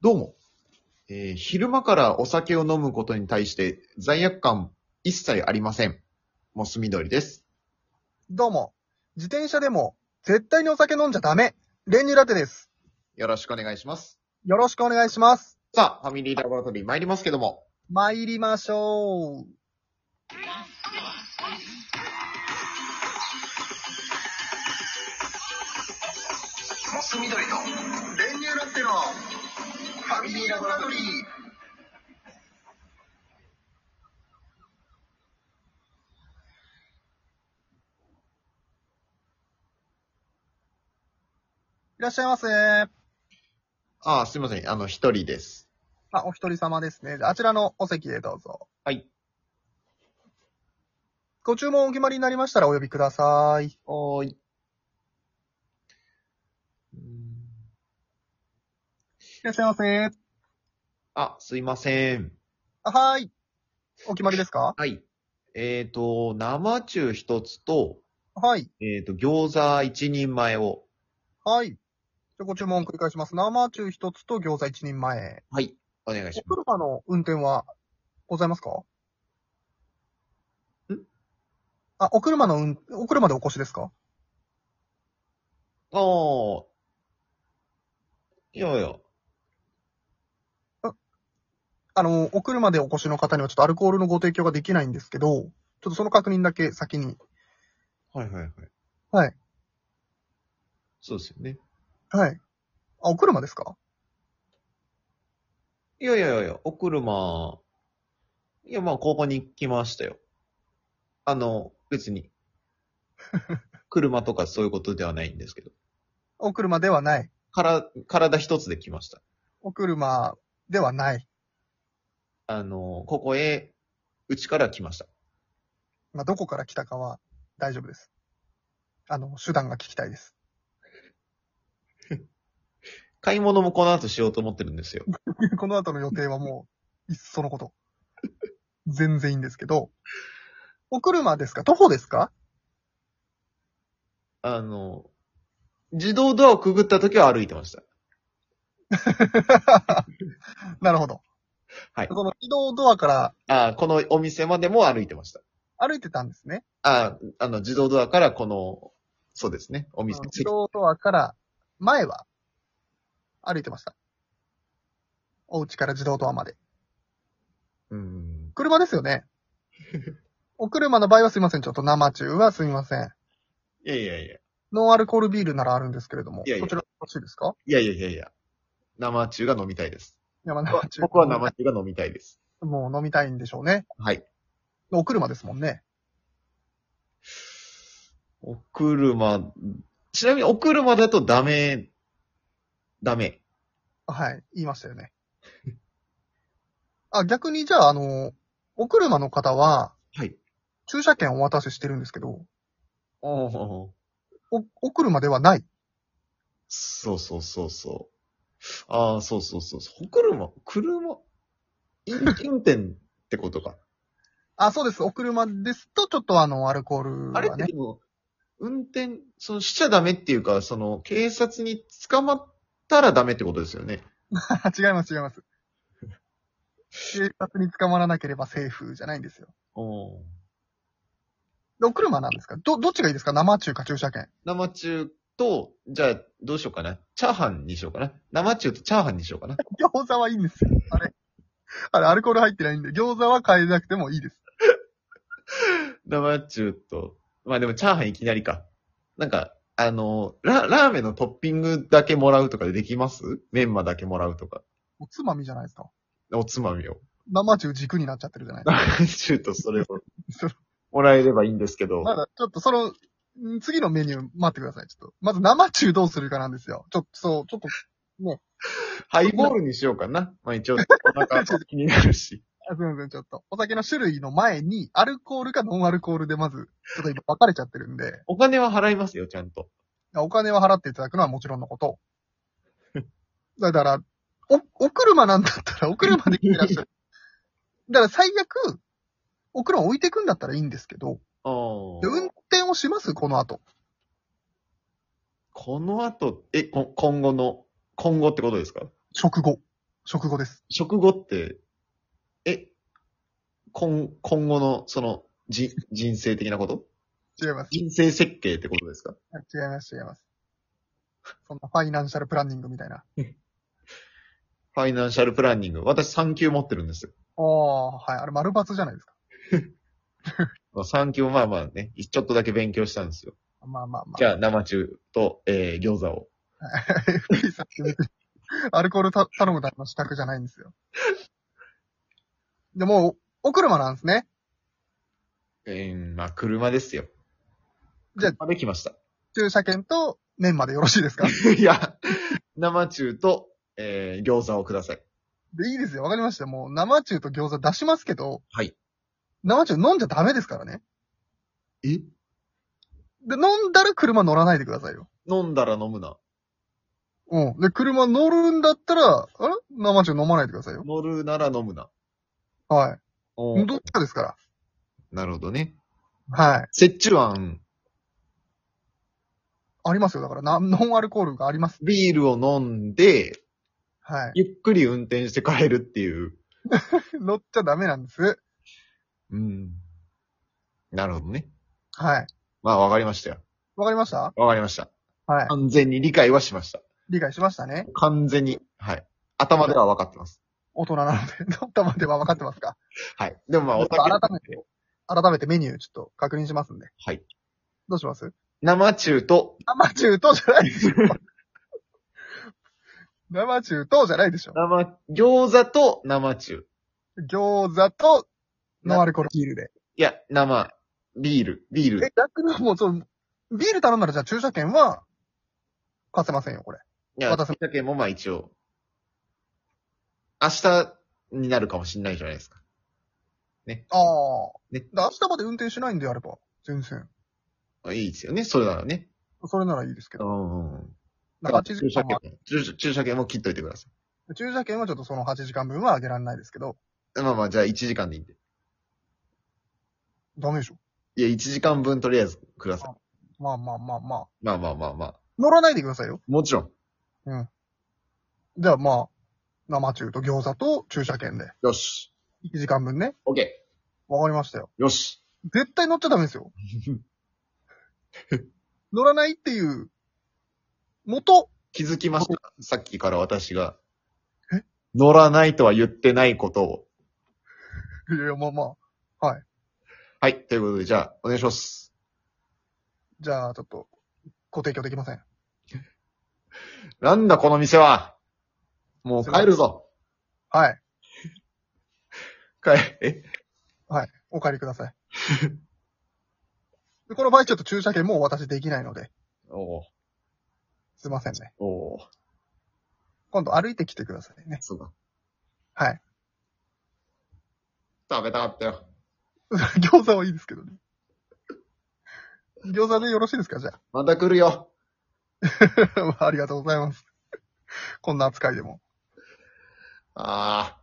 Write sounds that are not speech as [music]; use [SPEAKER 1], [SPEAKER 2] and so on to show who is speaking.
[SPEAKER 1] どうも、えー昼間からお酒を飲むことに対して罪悪感一切ありません。モス緑です。
[SPEAKER 2] どうも。自転車でも、絶対にお酒飲んじゃダメ。練乳ラテです。
[SPEAKER 1] よろしくお願いします。
[SPEAKER 2] よろしくお願いします。
[SPEAKER 1] さあ、ファミリーラボラトリー参りますけども、
[SPEAKER 2] 参りましょう。
[SPEAKER 3] モス緑の練乳ラテのファミリーラボラトリー。
[SPEAKER 2] いらっしゃいませ。あ、
[SPEAKER 1] あーすいません、あの、一人です。
[SPEAKER 2] お一人様ですね。あちらのお席へどうぞ。
[SPEAKER 1] はい。
[SPEAKER 2] ご注文お決まりになりましたらお呼びください。
[SPEAKER 1] おーい。
[SPEAKER 2] いらっしゃいませ。
[SPEAKER 1] あ、すいません。
[SPEAKER 2] あ、はーい。お決まりですか
[SPEAKER 1] はい。えっ、と、生中一つと、
[SPEAKER 2] はい。
[SPEAKER 1] えっ、と、餃子一人前を。
[SPEAKER 2] はい。じゃあご注文繰り返します。生中一つと餃子一人前。
[SPEAKER 1] はい。お願いし
[SPEAKER 2] お
[SPEAKER 1] ます。
[SPEAKER 2] 車の運転はございますか
[SPEAKER 1] ん
[SPEAKER 2] あ、お車の運、お車でお越しですか
[SPEAKER 1] あー。いやいや。
[SPEAKER 2] あの、お車でお越しの方にはちょっとアルコールのご提供ができないんですけど、ちょっとその確認だけ先に。
[SPEAKER 1] はいはいはい。
[SPEAKER 2] はい。
[SPEAKER 1] そうですよね。
[SPEAKER 2] はい。あ、お車ですか
[SPEAKER 1] いやいやいやいや、お車、いやまあ、ここに来ましたよ。あの、別 [laughs] に。車とかそういうことではないんですけど。
[SPEAKER 2] お車ではない。
[SPEAKER 1] から、体一つで来ました。
[SPEAKER 2] お車ではない。
[SPEAKER 1] あの、ここへ、うちから来ました。
[SPEAKER 2] まあ、どこから来たかは大丈夫です。あの、手段が聞きたいです。 [laughs]
[SPEAKER 1] 買い物もこの後しようと思ってるんですよ。
[SPEAKER 2] この後の予定はもう、いっそのこと。全然いいんですけど、お車ですか徒歩ですか
[SPEAKER 1] あの、自動ドアをくぐった時は歩いてました。
[SPEAKER 2] [laughs] なるほど。
[SPEAKER 1] はい
[SPEAKER 2] この移動ドアから
[SPEAKER 1] あこのお店までも歩いてました。
[SPEAKER 2] 歩いてたんですね。
[SPEAKER 1] ああの、自動ドアからこの、そうですね、お店。
[SPEAKER 2] 自動ドアから前は歩いてました。お家から自動ドアまで。
[SPEAKER 1] うん。
[SPEAKER 2] 車です
[SPEAKER 1] [laughs]
[SPEAKER 2] よね。お車の場合はすいません。ちょっと生中はすいません。
[SPEAKER 1] いやいやいや。
[SPEAKER 2] ノンアルコールビールならあるんですけれども。
[SPEAKER 1] いやいや
[SPEAKER 2] こちらよろしいですか
[SPEAKER 1] いやいやいやいや。生中が飲みたいです。
[SPEAKER 2] 山生
[SPEAKER 1] [laughs]
[SPEAKER 2] 中。
[SPEAKER 1] 僕は生中が飲みたいです。
[SPEAKER 2] もう飲みたいんでしょうね。
[SPEAKER 1] はい。
[SPEAKER 2] お車ですもんね。
[SPEAKER 1] お車、ちなみにお車だとダメ、ダメ。
[SPEAKER 2] はい。言いましたよ
[SPEAKER 1] [laughs]
[SPEAKER 2] ね。あ、逆にじゃあ、あの、お車の方は、
[SPEAKER 1] はい。
[SPEAKER 2] 駐車券お渡ししてるんですけど、
[SPEAKER 1] おー
[SPEAKER 2] お、お車ではない。
[SPEAKER 1] そうそうそうそう。ああ、そうそうそうそう。お車、車、飲酒 [laughs] 運転ってことか。
[SPEAKER 2] あ、そうです。お車ですと、ちょっとあの、アルコール
[SPEAKER 1] あれっ
[SPEAKER 2] は
[SPEAKER 1] て
[SPEAKER 2] ね。
[SPEAKER 1] でも、運転、そのしちゃダメっていうか、その、警察に捕まったらダメってことですよね。
[SPEAKER 2] [laughs] 違います、違います。警察に捕まらなければセーフじゃないんですよ。
[SPEAKER 1] おー
[SPEAKER 2] でお車なんですかど、どっちがいいですか生中か駐車券。
[SPEAKER 1] 生中と、じゃあ、どうしようかな。チャーハンにしようかな。生中とチャーハンにしようかな。 [laughs]
[SPEAKER 2] 餃子はいいんですよ。あれ。あれ、アルコール入ってないんで、餃子は買えなくてもいいです。
[SPEAKER 1] 生中と、まあでもチャーハンいきなりか。なんか、あの、ララーメンのトッピングだけもらうとかでできますメンマだけもらうとか。
[SPEAKER 2] おつまみじゃないですか。
[SPEAKER 1] おつまみを。
[SPEAKER 2] 生中軸になっちゃってるじゃないですか。
[SPEAKER 1] 生中とそ
[SPEAKER 2] [laughs]
[SPEAKER 1] れを
[SPEAKER 2] それ
[SPEAKER 1] もらえればいいんですけど。
[SPEAKER 2] まだ、ちょっとその、ん次のメニュー待ってください。ちょっと。まず生中どうするかなんですよ。ちょっと、そう、ちょっと、
[SPEAKER 1] ハイボールにしようかな。まあ一応、お腹気になるし。
[SPEAKER 2] あすみません、ちょっと。お酒の種類の前に、アルコールかノンアルコールでまず、ちょっと今分かれちゃってるんで、
[SPEAKER 1] お金は払いますよ、ちゃんと。
[SPEAKER 2] お金は払っていただくのはもちろんのこと。だから、お、お車なんだったら、お車で来てらっしゃる。だから最悪、お車置いてくんだったらいいんですけど、
[SPEAKER 1] あ
[SPEAKER 2] で運転をしますこの後。
[SPEAKER 1] この後、え、こ今後の、今後ってことですか
[SPEAKER 2] 食後。食後です。
[SPEAKER 1] 食後って、え、今、今後の、その、じ、人生的なこと
[SPEAKER 2] 違います。
[SPEAKER 1] 人生設計ってことですか
[SPEAKER 2] 違います、違います。そんなファイナンシャルプランニングみたいな。
[SPEAKER 1] ファイナンシャルプランニング。私3級持ってるんですよ。
[SPEAKER 2] ああ、はい。あれ、丸抜じゃないですか。
[SPEAKER 1] まあ、3級もまあまあね、ちょっとだけ勉強したんですよ。
[SPEAKER 2] まあまあまあ。
[SPEAKER 1] じゃあ、生中と、えー、餃子を。
[SPEAKER 2] FP さんって別に [laughs] アルコールた頼むための支度じゃないんですよ。でも、お車なんですね。
[SPEAKER 1] えー、まあ、車ですよ。
[SPEAKER 2] じゃあ
[SPEAKER 1] 車できま
[SPEAKER 2] [laughs]
[SPEAKER 1] した。
[SPEAKER 2] 駐車券とメンマでよろしいで
[SPEAKER 1] [laughs]
[SPEAKER 2] すか
[SPEAKER 1] いや、生中と、えー、餃子をください。
[SPEAKER 2] で、いいですよ。わかりました。もう生中と餃子出しますけど、
[SPEAKER 1] はい。
[SPEAKER 2] 生中飲んじゃダメですからね。
[SPEAKER 1] え
[SPEAKER 2] で、飲んだら車乗らないでくださいよ。
[SPEAKER 1] 飲んだら飲むな。
[SPEAKER 2] うん。で、車乗るんだったら、あれ生中飲まないでくださいよ。
[SPEAKER 1] 乗るなら飲むな。
[SPEAKER 2] は
[SPEAKER 1] お
[SPEAKER 2] い。
[SPEAKER 1] ー
[SPEAKER 2] どっちかですか
[SPEAKER 1] なるほどね。
[SPEAKER 2] ら。はい。
[SPEAKER 1] 折衷案、
[SPEAKER 2] ありますよ。だから、なノンアルコールがあります。
[SPEAKER 1] ビールを飲んで、
[SPEAKER 2] はい。
[SPEAKER 1] ゆっくり運転して帰るっていう。
[SPEAKER 2] 乗っちゃダメなんです。
[SPEAKER 1] うん。なるほどね。
[SPEAKER 2] はい。
[SPEAKER 1] まあ、わかりましたよ。
[SPEAKER 2] わかりました
[SPEAKER 1] わかりました。
[SPEAKER 2] はい。
[SPEAKER 1] 完全に理解はしました。
[SPEAKER 2] 理解しましたね。
[SPEAKER 1] 完全に。はい。頭では分かってます。
[SPEAKER 2] 大人なので、 [laughs] 頭では分かってますか
[SPEAKER 1] はい。でもまあ、お酒。
[SPEAKER 2] 改めて、改めてメニューちょっと確認しますんで。
[SPEAKER 1] はい。
[SPEAKER 2] どうします
[SPEAKER 1] 生中と、
[SPEAKER 2] 生中等じゃないでしょ。 [laughs] 生中等じゃないでしょ。
[SPEAKER 1] 生、餃子と生中。
[SPEAKER 2] 餃子とノンアルコールビールで。
[SPEAKER 1] いや、生、ビール、ビール。
[SPEAKER 2] え、逆にもうそう、ビール頼んだらじゃあ駐車券は、貸せませんよ、これ。
[SPEAKER 1] いや、
[SPEAKER 2] 渡す
[SPEAKER 1] 私だけもまあ一応、明日になるかもしれないじゃないですか。
[SPEAKER 2] ああ。
[SPEAKER 1] ね
[SPEAKER 2] ね。明日まで運転しないんであれば、全然。
[SPEAKER 1] あいいですよね。それならね。
[SPEAKER 2] それならいいですけ
[SPEAKER 1] う
[SPEAKER 2] ど。
[SPEAKER 1] んうん。
[SPEAKER 2] だから8
[SPEAKER 1] 駐
[SPEAKER 2] 時
[SPEAKER 1] 車
[SPEAKER 2] 間
[SPEAKER 1] 券
[SPEAKER 2] は、、
[SPEAKER 1] 駐車駐車券も切っといてくださ
[SPEAKER 2] 駐車券はちょっとその8時間分はあげられないですけど、
[SPEAKER 1] い。まあまあ、じゃあ1時間でいいんで。
[SPEAKER 2] ダメでしょ。
[SPEAKER 1] いや、1時間分とりあえずくださ
[SPEAKER 2] まあまあまあまあ。
[SPEAKER 1] い。まあまあまあまあ。
[SPEAKER 2] 乗らないでくださいよ。
[SPEAKER 1] もちろん。
[SPEAKER 2] じゃあまあ、生中と餃子と駐車券で。
[SPEAKER 1] よし。
[SPEAKER 2] 1時間分ね。
[SPEAKER 1] オッケー。
[SPEAKER 2] わかりましたよ。
[SPEAKER 1] よし。
[SPEAKER 2] 絶対乗っちゃダメですよ。乗らないっていう、元、
[SPEAKER 1] 気づきました。さっきから私が
[SPEAKER 2] え。
[SPEAKER 1] 乗らないとは言ってないことを。
[SPEAKER 2] いや、まあまあ、
[SPEAKER 1] はい。ということで、じゃあ、お願いします。
[SPEAKER 2] じゃあちょっと、ご提供できません。
[SPEAKER 1] なんだ、この店は。もう帰るぞ。
[SPEAKER 2] はい。
[SPEAKER 1] 帰、え
[SPEAKER 2] はい。お帰りください。でこの場合ちょっと駐車券もお渡しできないので、
[SPEAKER 1] おう
[SPEAKER 2] すいませんね。
[SPEAKER 1] おう
[SPEAKER 2] 今度歩いてきてくださいね。 [laughs]
[SPEAKER 1] そうだ。
[SPEAKER 2] はい。
[SPEAKER 1] 食べたかったよ。
[SPEAKER 2] 餃子はいいですけどね。餃子でよろしいですかじ [laughs] ゃ
[SPEAKER 1] また来るよ。
[SPEAKER 2] あ。ありがとうございます。こんな扱いでも。
[SPEAKER 1] ああ。